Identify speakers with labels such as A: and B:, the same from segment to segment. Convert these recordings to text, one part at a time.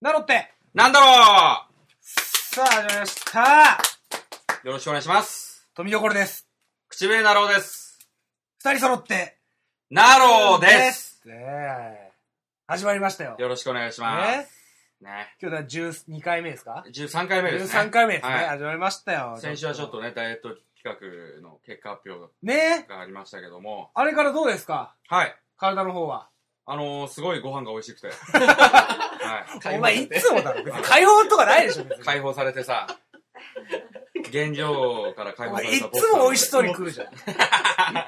A: なのって
B: なんだろ
A: さあ、始まりました
B: うよろしくお願いします。
A: 富所です。
B: 口笛なろうです。
A: 二人揃って、
B: なろうです。
A: ねえ始まりましたよ。ね
B: よろしくお願いします。ね。
A: 今日だ12回目ですか
B: 13回目ですね。
A: ?13 回目ですね、
B: はい。
A: 始まりましたよ。
B: 先週はちょっ。とね、ダイエット企画の結果発表
A: ねえ
B: がありましたけども、
A: あれからどうですか
B: はい。
A: 体の方は。
B: あのー、すごいご飯が美味しくて。 はい。
A: お前いつもだろ。別に解放とかないでしょ、別に。
B: 解放されてさ、現状から解
A: お
B: 放さ
A: 前
B: れ
A: い
B: た
A: つも美味しそう
B: に。
A: に食う じゃん。い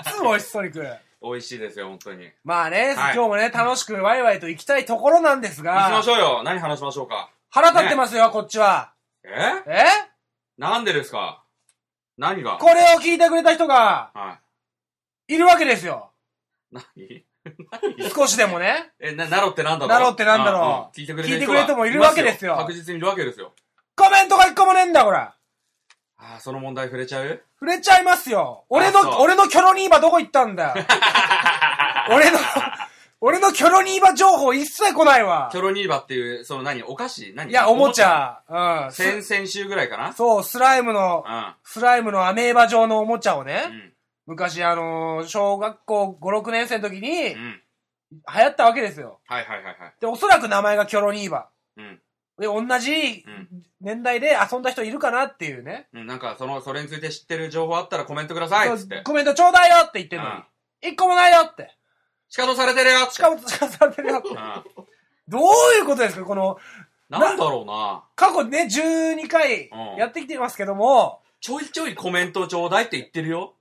A: つも美味しそうに食う。
B: 美味しいですよ、本当に。
A: まあね、
B: はい
A: 今日もね、楽しくワイワイと行きたいところなんです
B: 行きま
A: が
B: し、ょうよ。何話しましょうか。
A: 腹立ってますよ、こっちは。
B: え
A: え
B: なんでですか何が
A: これを聞いてくれた人が
B: はい
A: るわけですよ。
B: い。何
A: 少しでもね。
B: え、な、なろってなんだろう
A: なろってなんだろう
B: あ聞いてくれてる
A: 聞い
B: 人は
A: てくれてもいるわけですよ
B: ます確実にいるわけですよ。
A: コメントが一個もねえんだ、これ。
B: ああ、その問題触れちゃう
A: 触れちゃいますよ。俺
B: あそ
A: の、
B: う
A: 俺のキョロニーバどこ行ったんだよ。俺の、俺のキョロニーバ情報一切来ないわ
B: キ。ョロニーバっていう、その何お菓子何
A: いや、おもち。ゃ。うん。す
B: 先々週ぐらいかな
A: そう、スライムの、スライムのアメーバ状のおもちゃをね、
B: うん。うん。
A: 昔、あのー小学校5、6年生の時に
B: う、ん。
A: 流行ったわけですよ。
B: はいはいはいはい。
A: で、おそらく名前がキョロニーバ。
B: うん。
A: で、同じ
B: うん
A: 年代で遊んだ人いるかなっていうね。
B: うん。なんか、その、それについて知ってる情報あったらコメントくださいっつって。
A: コメントちょうだいよって言ってんの
B: うん
A: に。一個もないよって。
B: 仕方されてるよっつっ。
A: してかも、しかされてるよって
B: う。ん。
A: どういうことですかこの、
B: なんだろうな。
A: 過去ね、12回
B: うん
A: やってきてますけども、
B: ちょいちょいコメントちょうだいって言ってるよ。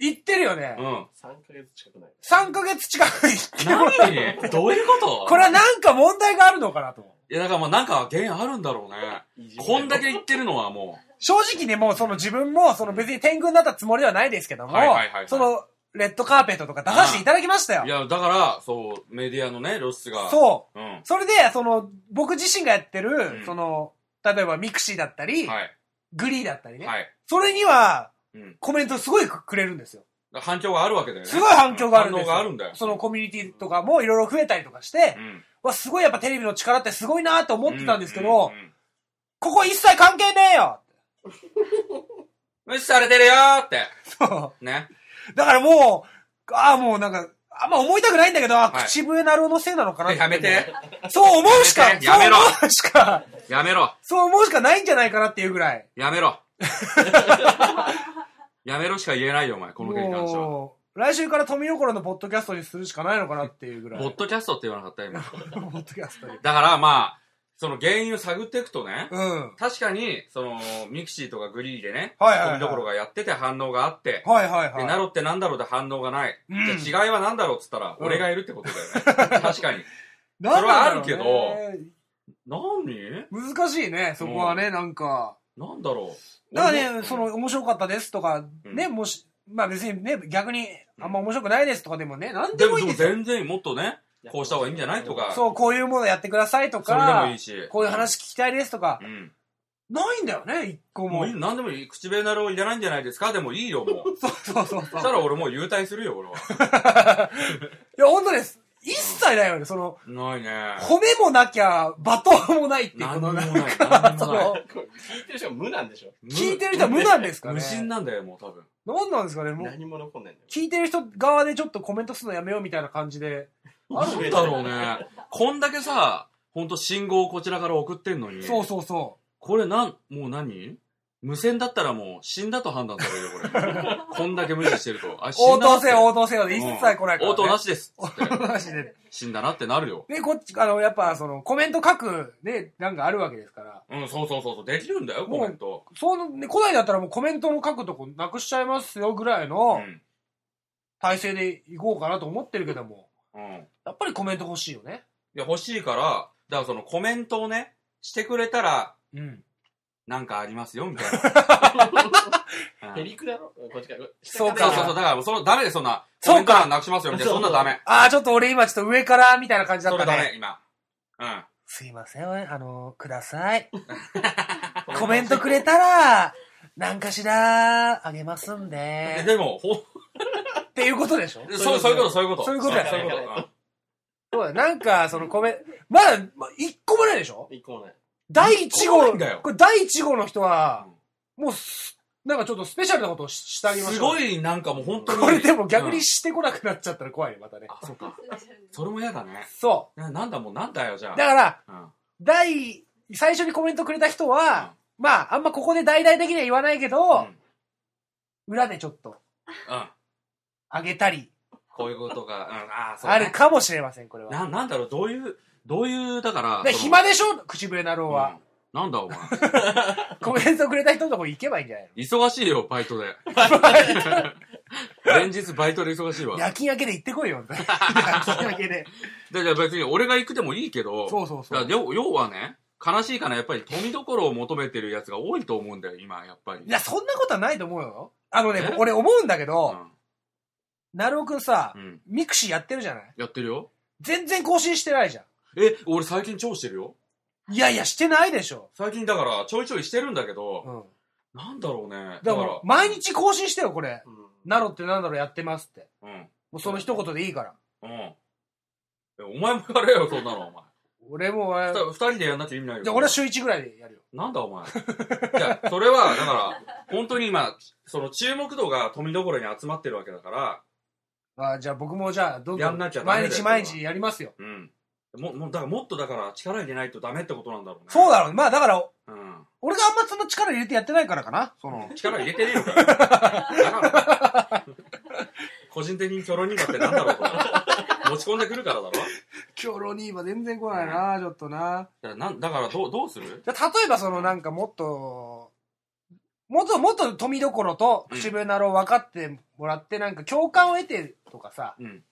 A: 言ってるよね
B: う。ん。
C: 3ヶ月近くない。
A: 3ヶ月近く行ってもらう。
B: 何どういうこと
A: これはなんか問題があるのかなと。
B: いや、だからもうなんか原因あるんだろうね。こんだけ言ってるのはも
A: 正直ね、もうその自分も、その別に天狗になったつもりではないですけども
B: はいはいはいはい、
A: その、レッドカーペットとか出させていただきました
B: う。い
A: よ。
B: や、だから、そう、メディアのね、露出が。。
A: そう
B: うん
A: う。。それで、その、僕自身がやって
B: う
A: る、
B: ん
A: その、例えばミクシーだったり、
B: はい。
A: グリーだったりね。
B: はい。
A: それには、
B: うん。だか
A: コメントすごいくれるんですよ。
B: ら反響があるわけだよね。
A: すごい反響があるん
B: 反
A: で
B: 応
A: すよ。
B: があるんだよ。
A: そのコミュニティとかもいろいろ増えたりとかして
B: う、ん。
A: わ、すごいやっぱテレビの力ってすごいなと思ってたんですけど、
B: ううん
A: ここ一切関係ねえよ
B: 無視されてるよーって。
A: そ
B: ね。
A: う。だからもう、ああ、もうなんか、あんま思いたくないんだけど、あ
B: はい
A: 口笛なるおのせいなのかなって
B: やめて。
A: そう思うしか
B: や、めてやめろ
A: そう思うしか、
B: やめろ。
A: そう思うしかないんじゃないかなっていうぐらい。
B: や めろ。やめろしか言えないよ、お前。この件に関しては。
A: もう、来週から富所のポッドキャストにするしかないのかなっていうぐらい。
B: ポッドキャストって言わなかった、今。
A: ポッドキャストに。
B: だから、まあ、その原因を探っていくとね、
A: うん。はい
B: 確かに、その、ミクシーとかグリーでね、
A: はいはいはい
B: 富所がやってて反応があって、
A: はいは
B: で、
A: い。
B: ナロってなんだろうって反応がない。
A: うん
B: じゃあ違いはなんだろうっつったら、
A: うん
B: 俺がいるってことだよ ね。確かに。
A: なん
B: それは
A: だ
B: あ
A: ろう
B: る
A: ね
B: けど何
A: 難しいね、そこはね、なんか。
B: なんだろう。
A: だからね、その、
B: うん、
A: 面白かったですとか、
B: うん
A: ね、もし、まあ別にね、逆に、あんま面白くないですとかでもね、なん
B: で
A: で
B: も
A: もい
B: で
A: いんで
B: も
A: すよ。
B: 全然いいもっとね、こうした方がいいんじゃないとか、
A: そう、こういうものやってくださいと
B: それでも
A: か
B: いい、し。
A: こういう話聞きたいですとか
B: う、ん。
A: ないんだよね、一個も
B: もうい。い、なんでもいい。口紅なろういらないんじゃないですかでもいいよ、もう。
A: そうそうそうそ。
B: そうしたら俺もう優退するよ、俺は。
A: いや、本当です。一切ないよね、その、
B: ないね。
A: 褒めもなきゃ、罵倒もないっていう
B: な
A: こ
B: んにも
A: と
B: な。
A: ないん
B: な
A: か、
B: んに
A: そ
B: もない
A: の、
C: これ聞いてる人は無なんでしょ
B: 無
A: 聞いてる人は無なんですかね
B: 無。心なんだよ、もう多分。
A: 何なんですかね、もう、
C: 何も残んないんだよ。
A: 聞いてる人側でちょっとコメントするのやめようみたいな感じで。
B: あるんだろうね。こんだけさ、ほんと信号をこちらから送ってんのに。
A: そうそうそ
B: これなん、もう何無線だったらもう死んだと判断されるよ、こ れ。こんだけ無視してると。あ、
A: う。 応答せよ、
B: 応
A: 応答せよで一切来ないから、ね。
B: 応答なしです。つって
A: マジで。
B: 死んだなってなるよ。
A: で、こっち、あの、やっぱ、その、コメント書く、ね、なんかあるわけですから。
B: うん、そうそうそうそう、できるんだよ、コメント。
A: その、ね、来ないだったらもうコメントの書くとこなくしちゃいますよぐらいうの
B: ん。
A: 体制でいこうかなと思ってるけども、
B: うん。い
A: やっぱりコメント欲しいよね。
B: や、欲しいから、だからそのコメントをね、してくれたら、
A: うん。
B: なんかありますよ、みた いな。うん
C: ヘリクだろこっちから。
A: そう
B: そう
A: か
B: そうそう、だからもうその、ダメで、そんな。
A: そうか
B: コメント欄なくしますよ、みたいな。そんなダメ。
A: ああ、ちょっと俺今ちょっと上から、みたいな感じだ
B: そ
A: っ
B: れ
A: た
B: ダ
A: ね。
B: メ、今。うん。
A: すいません、あの、ください。コメントくれたら、なんかしら、あげますん
B: で
A: で。
B: でも、ほん、
A: っていうことでしょ
B: そう、そういうこと、そういうこと。
A: そういうことや
B: そういうこと。うん
A: そうだなんか、そのコメンまだ、まあ、一個もないでしょ
C: 一個もない。
A: 第一
B: 一個もない
A: 号
B: んだよ
A: これ第一号の人は、もうす、なんかちょっとスペシャルなことをししてあげまし
B: す
A: ょう。
B: ごいなんかもう本当に。
A: これでも逆
B: う
A: に
B: ん
A: してこなくなっちゃったら怖いね、またね。
B: あ、そっか。それも嫌だね。
A: そ
B: ななんだもうなんだよ、じゃ
A: う。だ
B: あ。
A: から、
B: うん
A: 第、最初にコメントくれた人は、まあ、あんまここで大々的には言わないけど、
B: うん
A: 裏でちょっと
B: うん。
A: あげたり、
B: こういうことが、うん、ああ、そう
A: あ
B: だ
A: る
B: ね。
A: かもしれません、これは。
B: な、なんだろう、どういう、どういう、だから。
A: で
B: その
A: 暇でしょ口笛なろうは、
B: うんなんだお前。
A: コメントくれた人のとこ行けばいいんじゃない
B: 忙しいよ、バイトで。 連日バイトで忙しいわ。
A: の
B: だか
A: 夜勤明けで行ってこいよ。夜勤明けで。
B: ら別に俺が行くでもいいけど、
A: そうそうそ
B: だ
A: う
B: から。要要はね、悲しいかな、やっぱり富どころを求めてるやつが多いと思うんだよ、今、やっぱり。
A: いや、そんなことはないと思うよ。あのね
B: え、
A: 俺思うんだけ
B: う
A: ど、
B: ん
A: なるおくんさ
B: う、ん。
A: ミクシーやってるじゃない
B: やってるよ。
A: 全然更新してないじゃ
B: え、俺最近超してるよ。
A: ん。いやいや、してないでしょ。
B: 最近だから、ちょいちょいしてるんだけ
A: う
B: ど、
A: ん。
B: なんだろうね。
A: だから、毎日更新してよ、これ。
C: うん
A: なろってなんだろうやってますって。
B: うん。
A: もうその一言でいいから。
B: うん。えお前もやれよ、そんなの、お前。
A: 俺もう、
B: ふた二人でやんなきゃ意味ないよ。
A: じゃあ俺は週1ぐらいでやるよ。
B: なんだお前。いや、それは、だから、本当に今、その注目度が富所に集まってるわけだから、
A: あじゃあ僕もじゃあ、どん
B: や
A: ど
B: ん
A: ん
B: なきゃダメだ
A: 毎
B: よ
A: 日毎日やりますよ。
B: うん。も、もう、だからもっとだから力入れないとダメってことなんだろうね。
A: そうだろうね。まあだから、
B: う
A: 俺があんまその力入れてやってないからかな。その
B: ん。、力入れてねえのかよ。だから個人的にキョロニーだってなんだろうと持ち込んでくるからだろだか
A: 今日ロニーは全然来ないな、ちょっとな。
B: ら、なんだからどう、どうする
A: じゃあ例えばそのなんかもっと、もっともっと富どころと口笛なろを分かってもらって、なんか共感を得てとかさ、
B: うん。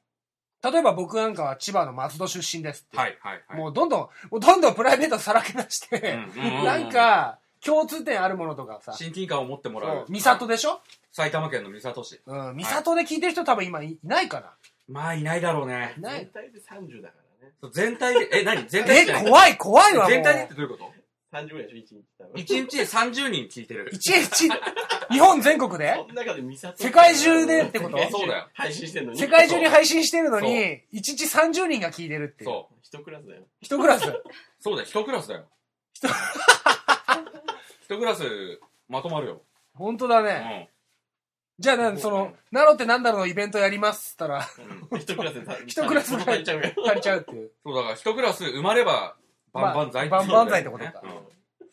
A: 例えば僕なんかは千葉の松戸出身ですって。
B: はい、はい、はい。
A: もうどんどん、もうどんどんプライベートさらけ出し
B: う
A: て、
B: ん、うう
A: なん、か、共通点あるものとかさ、
B: 親近感を持ってもらう。
A: 三郷でしょ
B: 埼玉県の三郷市。
A: うん、三郷で聞いてる人多分今いないかな。
B: まあ、いないだろうね。
A: な
C: 全
A: い。
C: 体で30だからね。
B: 全体で、え、何全 体
A: え
B: じゃな、い
A: 怖い、怖いわ、もう。
B: 全体でってどういうこと
C: 30ぐらいでしょ、1日多分。
B: 一日で30人聞いてる。
A: 一日、日本全国で
C: その中でミサ
A: 世界中でってこと
B: そうだよ。
C: 配信してんのに。
A: 世界中に
C: そう
A: 配信してるの
B: そう
A: に、一日30人が聞いてるっていう。
B: そう。
C: 一クラスだよ。
A: 一クラス。
B: そうだよ。一クラスだよ。 一クラスまとまるよ。
A: 本当だ
B: う
A: ね。
B: ん。
A: じゃあなん、
B: そ
A: そう
B: だね
A: の、ナロってなんだろうのイベントやりますっつったら、
C: 一クラスで。
A: 一クラス
C: で。足りちゃうよ。
A: 足りちゃうっていう。
B: そうだから、一クラス埋まれば、バンバン剤
A: まあ万々歳ってことか
B: う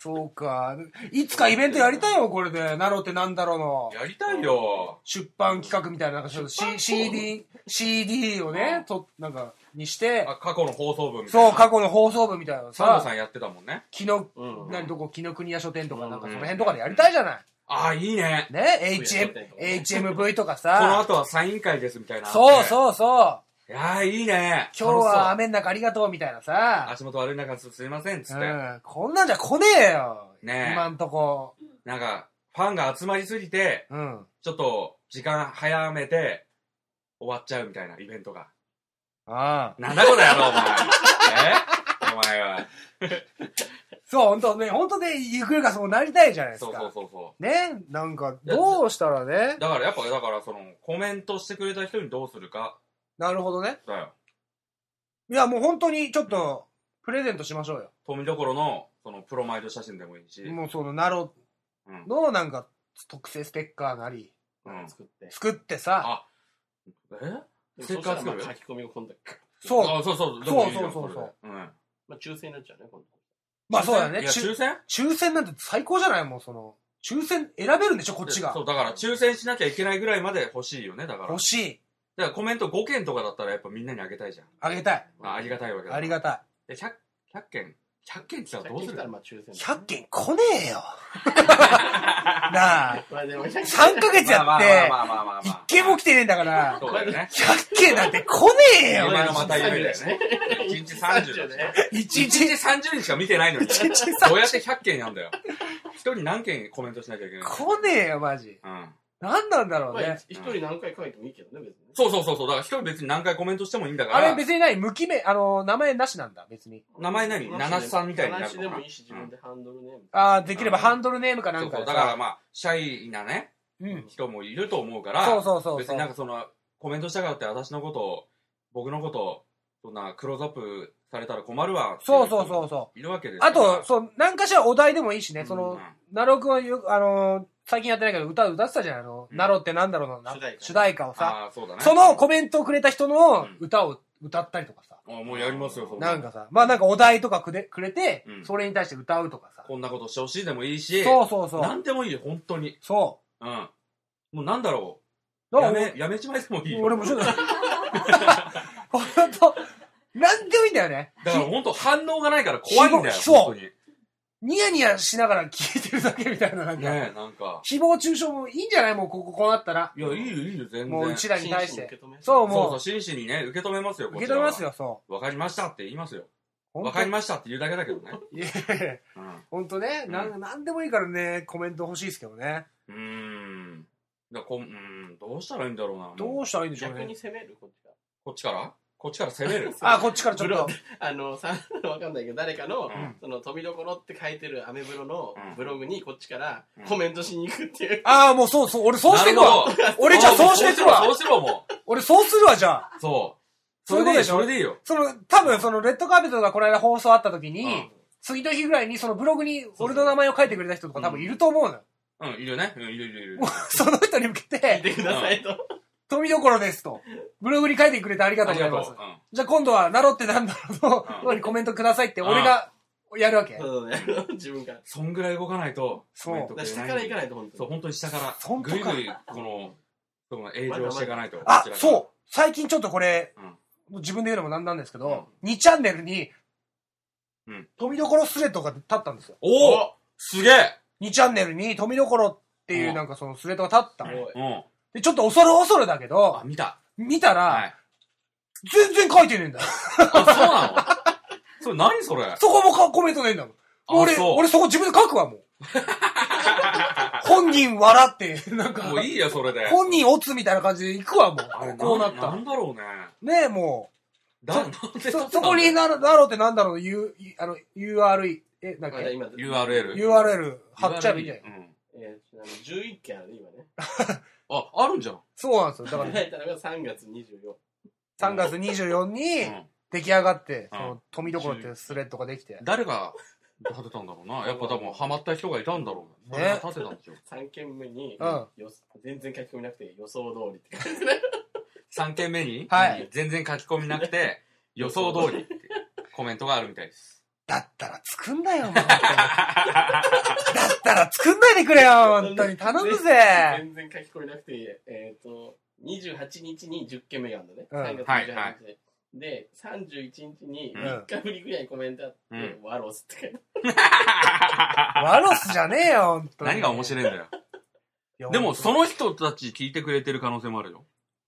A: そうか。いつかイベントやりたいよ、これで。ナロってなんだろうんの。
B: やりたいよ。
A: 出版企画みたいな、なんかちょっと C- CD、CD を
B: う
A: ね
B: ん、
A: と、なんか、にして、
B: あ、過去の放送分みたい
A: そ
B: な。
A: う、過去の放送部みたいなの
B: サンドさ
A: さ、
B: んやってたもんね。
A: 木の、
C: うん
A: 何どこ、木の国屋書店とか、なんか
B: うん
A: その辺とかでやりたいじゃない。
B: ああ、いいね。
A: ね、
C: そうやり
A: HM
C: たいと、思う
A: HMV とか
B: この
A: さ、
B: 後はサイン会ですみたいな。
A: そうそうそう。
B: う。いやー、いいね。
A: 今日は雨の中ありがとうみたいなさ、
B: 足元悪い中すいません、つ
A: う
B: って。
A: ん、こんなんじゃ来ねえよ。
B: ねえ
A: 今んとこ。
B: なんか、ファンが集まりすぎて、
A: うん。
B: ちょっと時間早めて終わっちゃうみたいなイベントが。
A: ああ。
B: なんだこれや ろ、お前。えお前は。
A: そう、本当ね、本当ね、ゆくゆかそうなりたいじゃないです
B: そう
A: か。
B: そうそうそ
A: ね、なんか、どうしたらね
B: う。。だからやっぱ、だからその、コメントしてくれた人にどうするか、
A: なるほどね。
B: だよ。
A: いや、もう本当にちょっと、プレゼントしましょう
B: 富どころの、その、プロマイド写真でもいいし。
A: よ。もうその、ナロ
B: うん。
A: のなんか、特製ステッカーなり、
B: うん
C: 作って。
A: 作ってさ、
B: えせ
C: せ
B: っ
C: っ
B: かく
C: かく
B: 作る
C: 書き込みを今度。
A: そう、
B: あそうそう、でもいいじゃん
A: そうそうそうそう。
B: れでうん。
C: まあ、抽選になっちゃうね、今度。
A: まあそうだね
B: い。や、
A: 抽
B: 抽選
A: 抽選なんて最高じゃないもうその、抽選選べるんでしょこっちが
B: そ。う、だから抽選しなきゃいけないぐらいまで欲しいよね、だから。だ
A: 欲
B: か
A: しい。
B: らコメント5件とかだったらやっぱみんなにあげたいじゃん。
A: あげたい。
B: あありがたいわけだ。
A: ありがた
B: え、100、100件 ?100 件来たらどうす
C: 100来たら
B: る
C: まあ抽選
A: い。
C: だね
A: 100件来ねえよ。 なあ、
C: まあでも100件
A: 3ヶ月や
B: まあ
A: っ
B: まあ
A: て、
B: まあまあまあまあ
A: 一件も来てねえんだから、
B: そうだよね。
A: 100件なんて来ねえよ。
B: 夢のまた夢だよね。1
C: 1
B: 日
C: 日
B: 30
C: 30
B: だ
C: だ
B: しね
C: ね。
A: 一
B: 1日
A: 日
B: 30人しか見てないのに。
A: 一日
B: どうやって100件やんだよ。一人何件コメントしなきゃいけないの
A: 来ねえよ、マジ。
B: うん。
A: なんなんだろ
C: ま
A: う
C: あ、
A: ね。
C: 一人何回書いてもいいけどね、別にね。
B: そうそうそうそう。だから一人別に何回コメントしてもいいんだか
A: あれ
B: ら。
A: 別にない無記名、あの、名前なしなんだ、別に。
B: 名前何七三みたいになるのか
C: 話
B: な
C: でもいいし、自分でハンドルネーム。
A: ああ、できれば
B: うん
A: ハンドルネームかな
B: そ
A: ん
B: う
A: か
B: そう。
A: で
B: だから
A: さ。
B: まあ、シャイなね、
A: うん。
B: 人もいると思うから。
A: そうそうそう
B: 別
A: そ
B: になん
A: う。
B: かその、コメントしたからって私のことを、僕のことを、そんなクローズアップされたら困るわ。
A: そうそうそううそ
B: いるわけです
A: う。あと、そう、何かしらお題でもいいしね、そ
B: うん
A: の、ナロ君はよく、あのー最近やってないけど歌歌ってたじゃん、あの、
B: うん
A: ナロってなんだろうな、
C: 主題歌
A: 主題歌をさ、
B: ああ、そうだね。
A: そのコメントをくれた人の
B: うん
A: 歌を歌ったりとかさ、
B: あもうやりますよ、そん
A: なんかさ、まあなんかお題とかくれくれて、
B: うん
A: それに対して歌うとかさ、
B: こんなことしてほしいでもいいし、
A: そうそうそ
B: な
A: う。
B: んでもいいよ、本当に。
A: そ
B: うん。もうなんだろ
A: う。
B: う。
A: だか
B: や
A: ら
B: め、やめちまいでもいいよ。
A: 俺もちょっと、 本当なんでもいいんだよね。
B: だから本当反応がないから怖いんだよ。
A: そう
B: 本当に
A: ニヤニヤしながら聞いてるだけみたいな、なんか、
B: ねえ、なんか。
A: 誹謗中傷もいいんじゃないもうこここうなったら。
B: いや、いいよ、いいよ、全然。
A: もううちらに対し
C: 真摯
A: て。
C: 受け止め
A: そう、
B: そうそ
A: も
B: う、真摯にね、受け止めますよ、
A: う、受け止めます
B: よ。
A: よ、そ
B: わかりましたって言いますよ。
A: う。
B: わかりましたって言うだけだけどね。
A: いやいやいや
B: うん
A: 本当ね、なん、なんでもいいからね、コメント欲しいですけどね。
B: うーん。だからこううーん、どうしたらいいんだろうな。もう
A: どうしたらいいんでしょう
C: 逆に
A: ね。
C: 攻めるこっちが。
B: こっちからこっちから攻める。
A: あ、こっちからちょっと。
C: あの、さ、わかんないけど、誰かの
B: うん、
C: その、飛びどころって書いてるアメブロの
B: うん
C: ブログにこっちから
B: うん
C: コメントしに行くっていう。
A: ああ、もうそうそう、俺そうしてくわ。
B: なるほど
A: 俺じゃあそうしてくわ
B: そうしろ、も
A: 俺そうするわ、じゃあ。
B: う。そう。
A: そういうことでしょ
B: それでいいよ。
A: その、多分その、レッドカーペットがこの間放送あった時に、
B: うん
A: 次の日ぐらいにそのブログに俺の名前を書いてくれた人とか多分いると思うのよ。
B: うん、いるよね。うん、いるいるい る
A: も。うその人に向け
C: 聞い
A: て、
C: てくださいと。
A: 富どころですと。ブログに書いてくれてありがと
B: あ
A: う
B: り
A: ござ
B: が
A: い
B: とう
A: ます。じゃあ今度は、なろってなんだ ろう
B: うん
A: のようにコメントくださいって俺がやるわけ。
C: そうだね。自分から。
B: そんぐらい動かないと、
A: そう
B: コメント
C: だ
B: く
C: か
B: れ
C: ら
B: ない
C: 下から行かないと、本
B: そう、
C: 当
B: 本当に下から
A: 本、当
B: ぐ
A: か
B: いぐい、この、その、営業していかないと。
A: あ
B: こちら、が
A: そう最近ちょっとこれ、自分で言うのもなんなんですけど、2チャンネルに
B: うん、
A: 富どころスレッドが立ったんですよ。
B: おおすげえ
A: 2チャンネルに富どころっていううんなんかそのスレッドが立った
C: に。
A: の。
C: おい
B: うん。
A: で、ちょっと恐る恐るだけど
B: あ、、見た。
A: 見た
B: は
A: ら、
B: い。
A: 全然書いてねえんだ。
B: あ、そうなの それ何それ
A: そこもかコメントねえんだもん。
B: あ
A: 俺、
B: そう
A: 俺そこ自分で書くわ、もう。本人笑って、なんか
B: も、ういいよ、それで。
A: 本人落つみたいな感じで行くわ、も
B: あれ
A: う。こうなっ
B: な
A: た
B: ん。だろうね。
A: ねえ、もう。
B: だ、なんで
A: そ、そこになる、なろうってなんだろう、U、あの、URE、え、なんか
C: ま、だ今、
B: URL。
A: URL 貼っちゃえばいいんじゃない
B: うん
C: えーちなみに11件あるね、今ね。
B: あ、あるんじゃん。
A: そうなんですよ。だ から、
C: 開いたのが3月24
A: 3月24
B: う
A: 日に
B: ん
A: 出来上がって、
B: う
A: そ
B: ん
A: の、富所っていうスレッドができて。
B: 誰が立てたんだろうな。やっぱ多分ハマった人がいたんだろうね。
A: ね
B: 立てたんでしょ。
C: 3件目に、
A: うん
C: よ全然書き込みなくて予想通りって書いて
B: 3件目に、
A: はい
B: 全然書き込みなくて、予想通りってコメントがあるみた いです。
A: だったら作んなよ、もう本当にだったら作んないでくれよ、本当に。頼むぜ。
C: 全然書き込みなくて、えっ、と、28日に10件目があるのね。
A: うん
C: 3月
B: はい
C: 28日で。
B: はい
C: で、31日に
B: うん
C: 3日ぶりぐらいコメントあって、
B: う
C: ワロスって書いて
A: ワロスじゃねえよ、本当に。
B: 何が面白いんだよ。
A: い
B: でも、そ
A: の、
B: の人たち聞いてくれてる可能性もあるよ。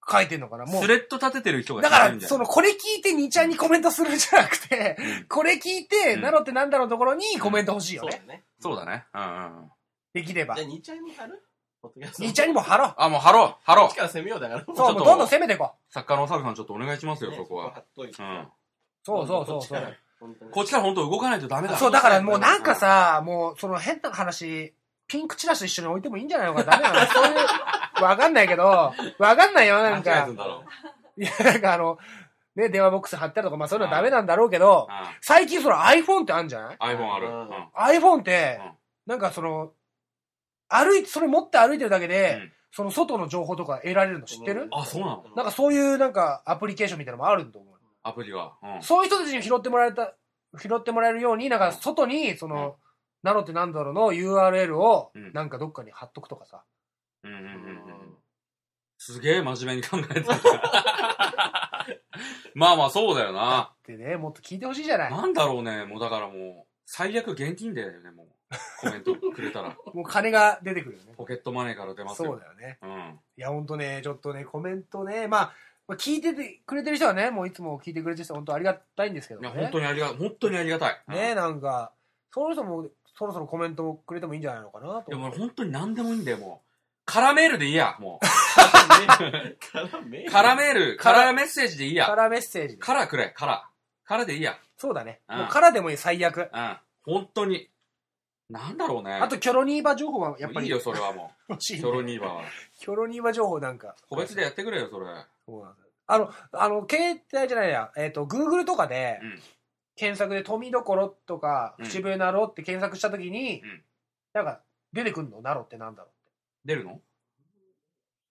A: 書いてんのかな、も
B: ス
A: う。
B: レッド立ててる人が
A: だ
B: 聞いて
A: か
B: るん
A: ら、
B: じゃ
A: そ
B: ない
A: の、これ聞いて2ちゃんにコメントするんじゃなくて、
B: うん
A: これ聞いて、
B: うん
A: なろってなんだろうのところにコメント欲しいよ
C: そうだ
A: ね。
C: ね。
B: そうだね。うんうんうん。
A: できれば
C: じゃ。あ、2ちゃんに貼るポッドキャスト
A: 2ちゃんにも貼ろう。
B: あ、もう貼ろう貼ろ
C: こ
B: う
C: っちから攻めようだから。
B: ちょっ
A: そう、
B: と
A: もうどんどん攻めていこ
B: 作家のサルさんちょっとお願いしますよ、
C: ね
B: そこは。
C: 貼っといて
B: うん。
A: そうそうそうそう
C: こっちから本当
B: う
C: に
B: んこっちから本当動かないとダメ
A: う。
B: だ。
A: そう、だからもうなんかさ、もうその変な話、ピンクチラシと一緒に置いてもいいんじゃないのかダメなのそういう、わかんないけど、わかんないよ、
B: う、
A: なんん
B: 間違え
A: か
B: てん。だろう。
A: いや、なんかあの、ね、電話ボックス貼ったりとか、まあそういうのはダメなんだろうけど、
B: う
A: 最近その iPhone ってあるんじゃない
B: ん iPhone ある。
C: うん
B: うん
A: ?iPhone って
B: うん、
A: なんかその、歩いて、それ持って歩いてるだけで、
B: うん
A: その外の情報とか得られるの知ってる、
B: あそうなの
A: なんかそういうなんかアプリケーションみたいなのもあると思う。
B: アプリは。うん
A: そういう人たちに拾ってもらえた、拾ってもらえるように、なんか外に、その、なのってなんだろうの URL を
B: う、ん
A: なんかどっかに貼っとくとかさ。
B: うんうんうん
C: うん
B: うんすげえ真面目に考え てた。まあまあそうだよな。
A: でね、もっと聞いてほしいじゃない。
B: なんだろうね、もうだからもう、最悪現金でね、もう、コメントくれ たら、
A: もう金が出てくるよね。
B: ポケットマネーから出ます
A: そう
B: よ。
A: だよね。
B: うん。
A: いや、ほんとね、ちょっとね、コメントね、まあ、まあ聞いててくれてる人はね、もういつも聞いてくれてる人は本当ありがたいんですけど
B: い
A: ね。
B: や、本当にありが、本当にありがたい。
A: ね
B: うん
A: なんか、その人もそろそろコメントをくれてもいいんじゃないのかなと
B: でも
A: 思
B: 俺
A: って。
B: 本当に何でもいいんだよ、もう。カラメールでいいや、も
C: からめ
B: う。カラ
C: め
B: メール、
A: カ
B: カ
A: ラ
B: ラメッセージでいい
A: カ
B: や。
A: ラーメッセージで。
B: カラくれ、カラ。カラでいいや。
A: そうだね。
B: うん
A: もうカラーでもいい、最悪。
B: うん。本当に。なんだろうね。
A: あと、キョロニーバ情報はやっぱ
B: もうい
A: り
B: いよ、それはもう。
A: 欲しい
B: キ
A: ね。
B: ョロニーバは。
A: キョロニーバ情報なんか。
B: 個別でやってくれよ、それ。
A: そうなんですよあの、あの、携帯じゃないや、えっ、と、Google とかで、
B: うん
A: 検索で、富どころとか、
B: うん
A: 節笛なろって検索したときに、
B: うん
A: なんか、出てくんのなろってなんだろ
B: 出るの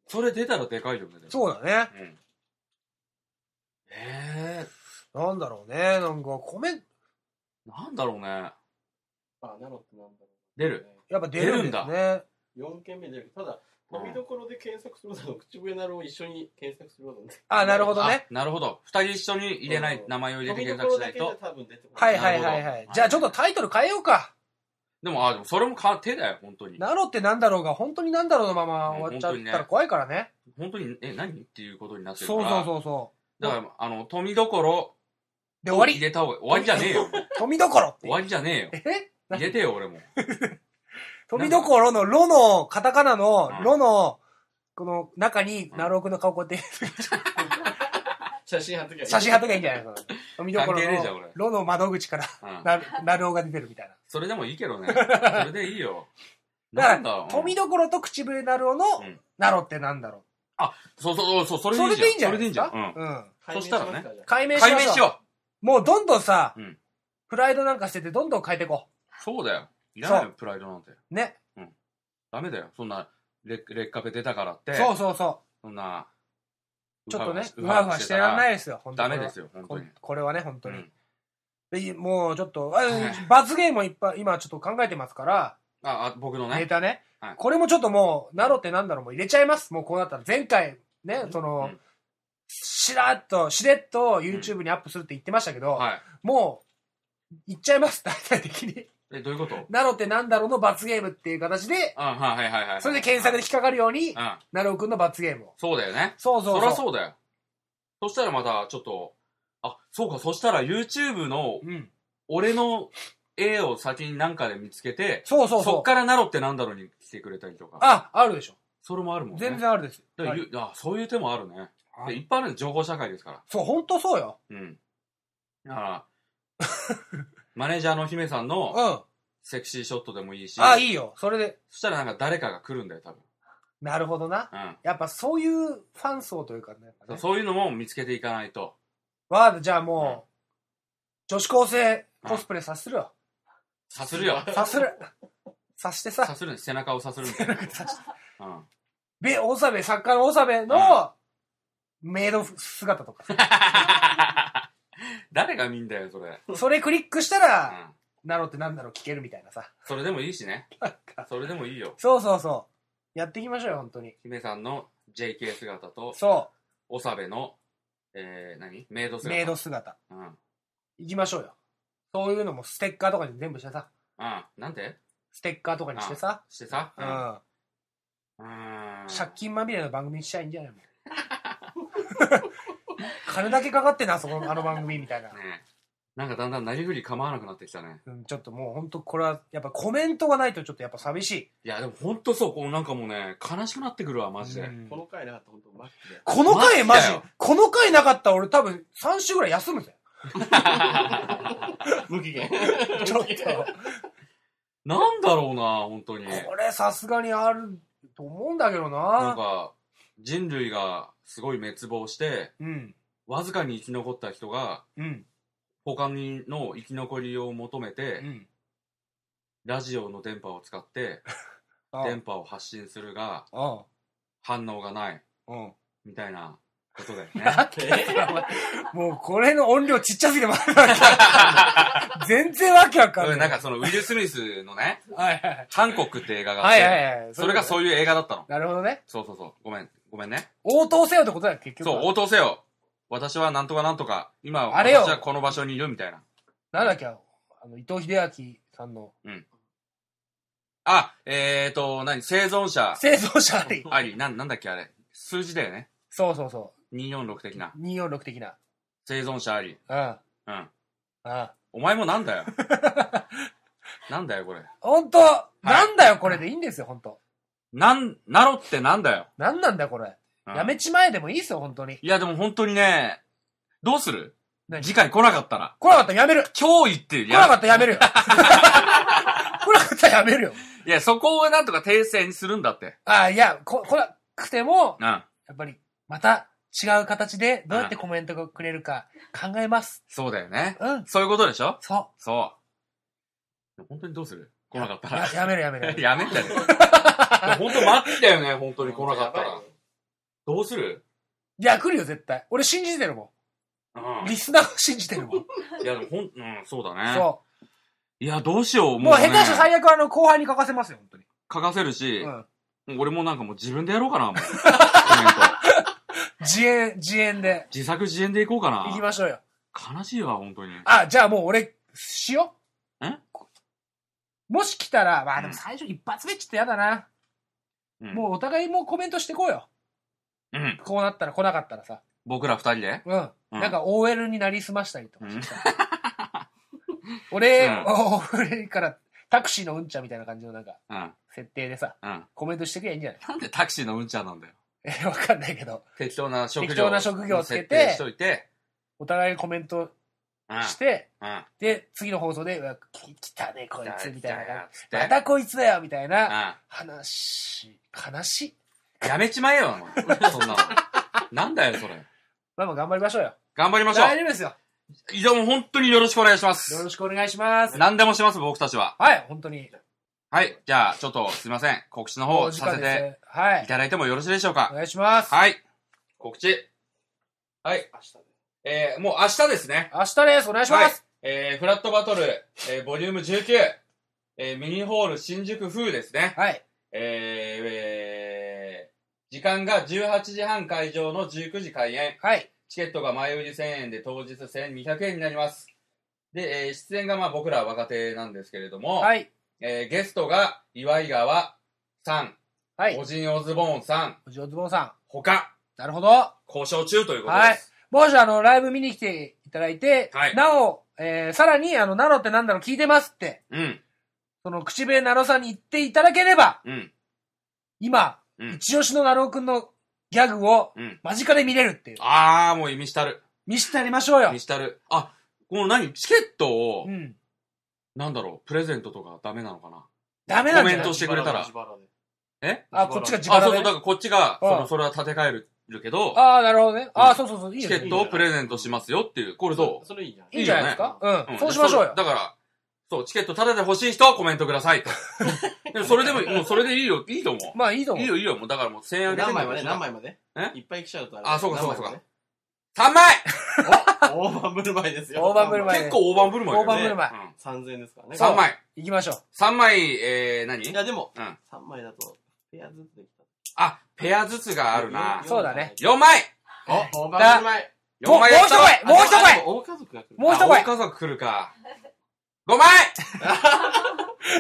B: それ出たらでかいよね。で
A: う。
B: も
A: そうだね。
B: うん。え
A: なんだろうね。なんか、コメント、
B: ー、なんだろうね。
C: あ、なのってなんだろ
B: 出
C: う、
B: る。
C: ね。
A: やっぱ出るんです
B: 出
A: ね。
C: 4件目出る。ただ、
B: うん
C: 飛びどころで検索することと、口笛なるを一緒に検索することね
A: あ、なるほどね。
B: あなるほど。二人一緒に入れない、
C: うん
B: 名前を入れ
C: 飛
B: て
C: びど
B: 検
C: こ
B: 索しな
C: ろだ
B: い
C: けじ
B: と。
C: ゃ多分出てこな。
A: はいいはいはい
B: な
A: は
B: る
A: い
B: ほど。
A: じゃあちょっとタイトル変えようか。
B: でも、あ、でもそれもか手だよ、本当に。
A: なろってなんだろうが、本当になんだろうのまま終わっちゃっ
B: うん
A: た
B: 本当に
A: ら
B: ね
A: 怖いからね。
B: 本当に、え、何っていうことになってるか
A: そう
B: ら。
A: そうそうそ
B: だから、あの、富どころ
A: う。で、終わ
B: 入
A: り。
B: れた方が、終わりじゃねえよ。
A: 富どころって
B: 終。わりじゃねえよ。
A: え
B: 入れてよ、俺も。
A: 富どころのロの、カタカナの
B: うん
A: ロの、この中に
B: う、ん
A: ナロー君の顔こうやって
C: 写真貼っときゃいい
A: 写真貼っときゃいいんじゃないの富どこ
B: 関係ねえじゃん
A: ろ
B: 俺
A: のロの窓口から
B: うん。
A: な、ナローが出てるみたい
B: それでもいい けどね。それでいいよ。
A: な。だ
B: なん
A: か
B: だ
A: ら、富どころと口笛ナローの
B: うん、
A: ナロってなんだろ。
B: そうそうそう、そうれ
A: それ
B: で
A: で
B: い
A: い
B: い
A: いん
B: じ
A: じ
B: ゃん。
A: ゃないですか
B: それでいいんじ
A: うん。
C: 解明し
B: そしたらね
C: ますかじゃあ
A: 解明
B: ゃん。
A: しましょう
B: 解明しよ
A: もうどんどんさ
B: うん、
A: プライドなんか捨ててどんどん変えていこ
B: う。そうだよ。いらないよ、プライドなんて。
A: う。ね。
B: ダメだよ。そんな、劣劣化ペ出たからって。
A: そうそうそ
B: そんな、
A: う。ちょっとね、
B: う
A: う
B: わ
A: わ
B: う
A: う
B: わ
A: わ
B: し
A: してて
B: たら
A: らんないですよ、本当
B: ダ
A: に。
B: メですよ、本当に。
A: これはね、本当
B: う
A: に
B: ん。
A: でもうちょっと、あ罰ゲームをいっぱい、今ちょっと考えてますから、
B: あ、あ僕の
A: ネ
B: ね。
A: タね
B: はい。
A: これもちょっともう、ナロってなんだろうもう入れちゃいます。もうこうなったら。前回、ね、その
B: うん、
A: しらっと、しれっと YouTube にアップするって言ってましたけど、
B: はい。
A: もう、言っちゃいます。 大体的に。
B: え、どういうこと
A: ナロってなんだろうの罰ゲームっていう形で、
B: あはいはいはいはい。
A: それで検索で引っかかるように、
B: うん。
A: ナロくんの罰ゲームを。
B: そうだよね。
A: そう
B: そ
A: そう
B: りゃ
A: そう。
B: そうだよ。そしたらまた、ちょっと、あ、そうか、そしたら YouTube の、
A: うん。
B: 俺の絵を先になんかで見つけて、
A: そうそう
B: そ
A: そ
B: っ
A: う。
B: からなろってなんだろうに来てくれたりとか。
A: あ、あるでしょ。
B: それもあるもんね。
A: 全然あるです。
B: だから
A: はい
B: ゆあそういう手もあるね。
A: は
B: で
A: い
B: いっぱいあるんです情報社会ですから。
A: そう、本当そうよ。
B: うん。だから、 マネージャーの姫さんの
A: うん。
B: セクシーショットでもいいし、
A: あ、いいよ。それで、
B: そしたらなんか誰かが来るんだよ、多分。
A: なるほどな。
B: うん。
A: やっぱそういうファン層というかね。
B: そうそういうのも見つけていかないと。
A: わあ、じゃあ
B: うん
A: もう、女子高生コスプレさせるよ。
B: さする よ。
A: さす る。さして
B: さ
A: さ、
B: するんです。背中をさする みたいなこと。うん。
A: べ、おさべ、作家のおさべの、メイド姿とか。
B: 誰が見んだよ、それ。
A: それクリックした
B: う
A: ら、
B: ん。
A: なろうってなんだろう聞けるみたいなさ。
B: それでもいいしね。
A: なんか
B: それでもいいよ。
A: そうそうそう。やっていきましょうよ、本当に。
B: 姫さんの JK 姿と、
A: そ
B: おさべの、えー、何メイド
A: う。
B: 姿。
A: メイド姿。
B: うん。うん。
A: いきましょうよ。そういうのもステッカーとかに全部してさ。
B: なんて
A: ステッカーとかにしてさ。
B: してさ。
A: う
B: うん
A: ん。
B: うん。
A: 借金まみれの番組にしちゃいいんじゃないの 金だけかかってな、そこのあの番組みたいな。
B: ねえなんかだんだんなりふり構わなくなってきたね。
A: うん、ちょっともう本当これは、やっぱコメントがないとちょっとやっぱ寂しい。
B: いや、でもほんとそう、こうなんかもうね、悲しくなってくるわ、マジで。
A: うん
C: この回なかったら本当マックで。
A: この回マジ
B: マジだよ、
A: この回なかったら俺多分3週ぐらい休む ぜ。
C: 無期限。
A: ちょっと。
B: なんだろうな、本当に。
A: これさすがにあると思うんだけど
B: なん
A: な。
B: か、人類がすごい滅亡して、
A: うん。
B: わずかに生き残った人が、
A: うん。
B: 他の生き残りを求め
A: う
B: て、
A: ん。
B: ラジオの電波を使って、
A: あ
B: 電波を発信するが、
A: あ。
B: 反応がない、
A: うん。
B: みたいなことだよ ね。
A: もうこれの音量ちっちゃすぎてまだ全然わけわかんな
B: う
A: い。
B: んなんかその、ウィル・スミスの ね、
A: はいはい
B: ハンコックって映画があっ
A: は
B: て、
A: い。はいはい。
B: それが
A: うい
B: そういう映画だったの。
A: う。なるほどね。
B: そうそうそう。ごめん、ごめんね。
A: 応答せよってことだよ、結局
B: そう
A: は。、
B: 応答せよ。私はなんとかなんとか、今、
A: あれよ
B: 私はこの場所にいるみたいな。
A: なんだっけ、あの、伊藤秀明さんの、
B: あ、えーと、何、生存者
A: 生存者あり。
B: あり、なん、なんだっけあれ。数字だよね。
A: そうそうそ
B: 246的な。
A: う。246的な。
B: 生存者あり。
A: うん。
B: うん。
A: うん。
B: お前もな んだよ。なんだよ、これ。
A: ほんと、なんだよ、これでいいんですよ、ほんと。
B: なん、なろってなんだよ。
A: なんなんだよ、これ。
B: うん
A: やめちまえでもいいですよ、ほんとに。
B: いや、でも本当にね、どうする
A: 何
B: 次回来なかったら。
A: 来なかったらやめる。
B: 今日言ってる
A: 来なかったらやめるよ。 来なかったらやめるよ。
B: いや、そこをなんとか訂正にするんだって。
A: ああ、いや、こ、来なくても、
B: うん。
A: やっぱり、また、違う形でどうやってコメントがくれるか考えます。
B: そうだよね。
A: うん。
B: そういうことでしょ
A: そ
B: そう。本当にどうする来なかった
A: う。や
B: ら。
A: やめろ やめろ。やめろ
B: やめ んじゃねえ。本当待ってたよね、本当に来なかった
C: やば
B: ら
C: い。ね
B: どうする
A: いや、来るよ、絶対。俺信じてるも
B: うん
A: ん。 リスナーを信じてる もん。
B: いや、でもほん、うん、そうだね。
A: そ
B: いや、どうしよう。
A: う。もう下手したら
B: ね
A: 最悪はあの、後輩に書かせますよ、本当に。
B: 書かせるし
A: う、ん。
B: もう俺もなんかもう自分でやろうか な、もう。コメント
A: 自演、自演で。
B: 自作自演でいこうか
A: 行き
B: な。
A: ましょうよ。
B: 悲しいわ、本当に。
A: あ、じゃあもう俺、しよう。
B: ん
A: もし来たら、まあ
B: うん
A: でも最初一発目っちょっとやだな。
B: うん
A: もうお互いもうコメントしてこうよ。
B: うん。
A: こうなったら来なかったらさ。
B: 僕ら二人で
A: うん。
B: うん
A: なんか OL になりすましたりとかしてさ。
B: う
A: 俺
B: ん、
A: 俺からタクシーのうんちゃんみたいな感じのなんか、
B: うん。うん。
A: 設定でさ、
B: な
A: コメントしてくりゃいいんじゃない
B: んでタクシーのうんちゃんなんだよ。
A: え、わかんないけど。
B: 適当な職業。
A: 適当な職業をつけて
B: 設定しといて。
A: お互いコメント
B: うん。
A: して、
B: うん。
A: で、次の放送で、うわ、き来たね、こいつ、みたいな感
B: つっ
A: じ。
B: て。
A: またこいつだよ、みたいな
B: う
A: 話、悲しい。
B: ん。やめちまえよ、お前そんな の。なんだよ、それ。
A: まあまあ頑張りましょうよ。
B: 頑張りましょ
A: 大
B: う。
A: 丈夫ですよ。
B: 以上も本当によろしくお願いしま
A: よ
B: す。
A: ろしくお願いします。
B: 何でもします、僕たちは。
A: はい、本当に。
B: はい。じゃあ、ちょっとすいません。告知の方
A: お時
B: さ
A: 間
B: せ
A: です
B: て
A: ね。はいい。
B: ただいてもよろしいでしょう
A: お
B: か。
A: 願いします。
B: はい。告知。はい。
C: 明日ね
B: えー、もう明日ですね。
A: 明日です。お願いしま
B: はい
A: す。。
B: えー、フラットバトル、えー、ボリューム19、えー、ミニホール新宿風ですね。
A: はい。
B: えーえー時間が18時半会場の19時開演。
A: はい。
B: チケットが前売り1000円で当日1200円になります。で、えー出演がまあ僕ら若手なんですけれども、
A: はい。
B: えーゲストが岩井川さん、
A: はい
B: オ。ジン・オズボーンさん、
A: おじおズボンさん。
B: 他、
A: なるほど。
B: 交渉中ということです。
A: もしあの、ライブ見に来ていただいて、
B: はい
A: なお、えー、さらに、あの、ナロってなんだろう聞いてますって、
B: うん、
A: その、口笛ナロさんに言っていただければ、
B: うん、
A: 今、
B: うん
A: 一押しのナロくんのギャグを
B: うん。
A: 間近で見れるっていう。
B: あー、もう見したる。
A: 見せてやりましょうよ
B: 見。したる。あ、この何チケットを、
A: うん。
B: なんだろう、プレゼントとかダメなのかな
A: ダメなんじゃ
B: コメン
A: な
B: ト
A: い
B: してくれたら
C: 自腹で
B: え
A: あ、こっちが
C: 自
A: 時
B: あ、
A: 間
B: そう
A: だ
B: そう、だか
A: ね。
B: らこっちが、そ
A: うん
B: の、それは立て替えるるけど、
A: ああ、なるほどね。ああ、そうそうそう。いい
B: チ
A: よ
B: ケ
A: ね。
B: ットをプレゼントしますよっていう、これど
C: それいいじゃん。
A: いいんじゃないですか
C: いいよね
A: う。
B: うん
A: そうしましょうよ。
B: だから、そう、チケットタダで欲しい人はコメントくださいと。でもそれでも、もうそれでいいよ、いいと思
A: まあいいと
B: う。い
A: 思。
B: いうよ、いいよ、もうだからもう1000円あげて
C: 何
B: も
C: 枚まで何枚まで
B: え
C: いっぱい来ちゃうとれ
B: あそうかそうかそうか
C: 何枚
B: 3枚
C: までお大盤振る舞いですよ。
A: 大盤振る舞い
B: 結構大盤振る舞いだ
A: 大
B: よね。
A: 盤振る舞い
B: うん
C: 3000ですからね。
A: そう
B: 3枚。
A: 行きましょう。
B: 3枚、えー、何
C: いや、でも、
B: うん
C: 3枚だと、ペアずつできた。
B: あ、ペアずつがあるな。
A: そうだね
B: 4枚
C: お、大盤振る舞い。
A: もう
B: 4枚やった
A: もう一声もう一声
C: あでも大家族が来る。
A: もう一声
B: あ大家族来るか。5枚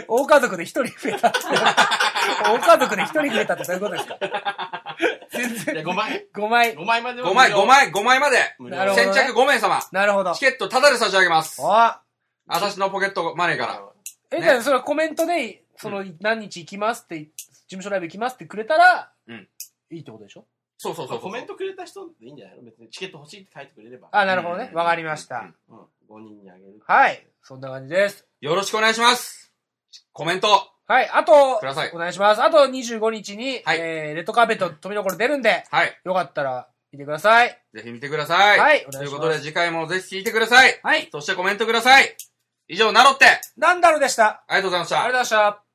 A: 大家族で一人増え たって。大家族で一人増えたってどういうことですか全
C: いや
A: 然。
C: 5枚。
A: 5枚。
C: 5枚までは
B: 5枚、5枚、5枚まで
C: 無料。
A: なるほど
B: 先
A: ね
B: 着5名様。
A: なるほど
B: チ。ケットタダで差し上げます。
A: あ
B: 私のポケットマネーから。
A: え、
B: ね
A: じゃあそれコメントで、その、何日行きますって、事務所ライブ行きますってくれたら、
B: うん
A: いいってことでしょ
B: そうそうそうそう。
C: コメントくれた人でいいんじゃないの別にチケット欲しいって書いてくれれば。
A: あ、なるほどね。
B: うん
A: わかりました。
C: うん。5人にあげる。
A: はい。そんな感じです。
B: よろしくお願いします。コメント。
A: はい。あと
B: ください、
A: お願いします。あと25日に、
B: はい
A: えー、レッドカーペット飛びどころ出るんで、
B: はい。
A: よかったら見てください。
B: ぜひ見てください。
A: はいお
B: と
A: 願
B: い
A: いうします
B: ことで次回もぜひ聞いてください。
A: はい。
B: そしてコメントください。以上、ナロって、
A: なんだろうでした。
B: ありがとうございました
A: ありがとうございました。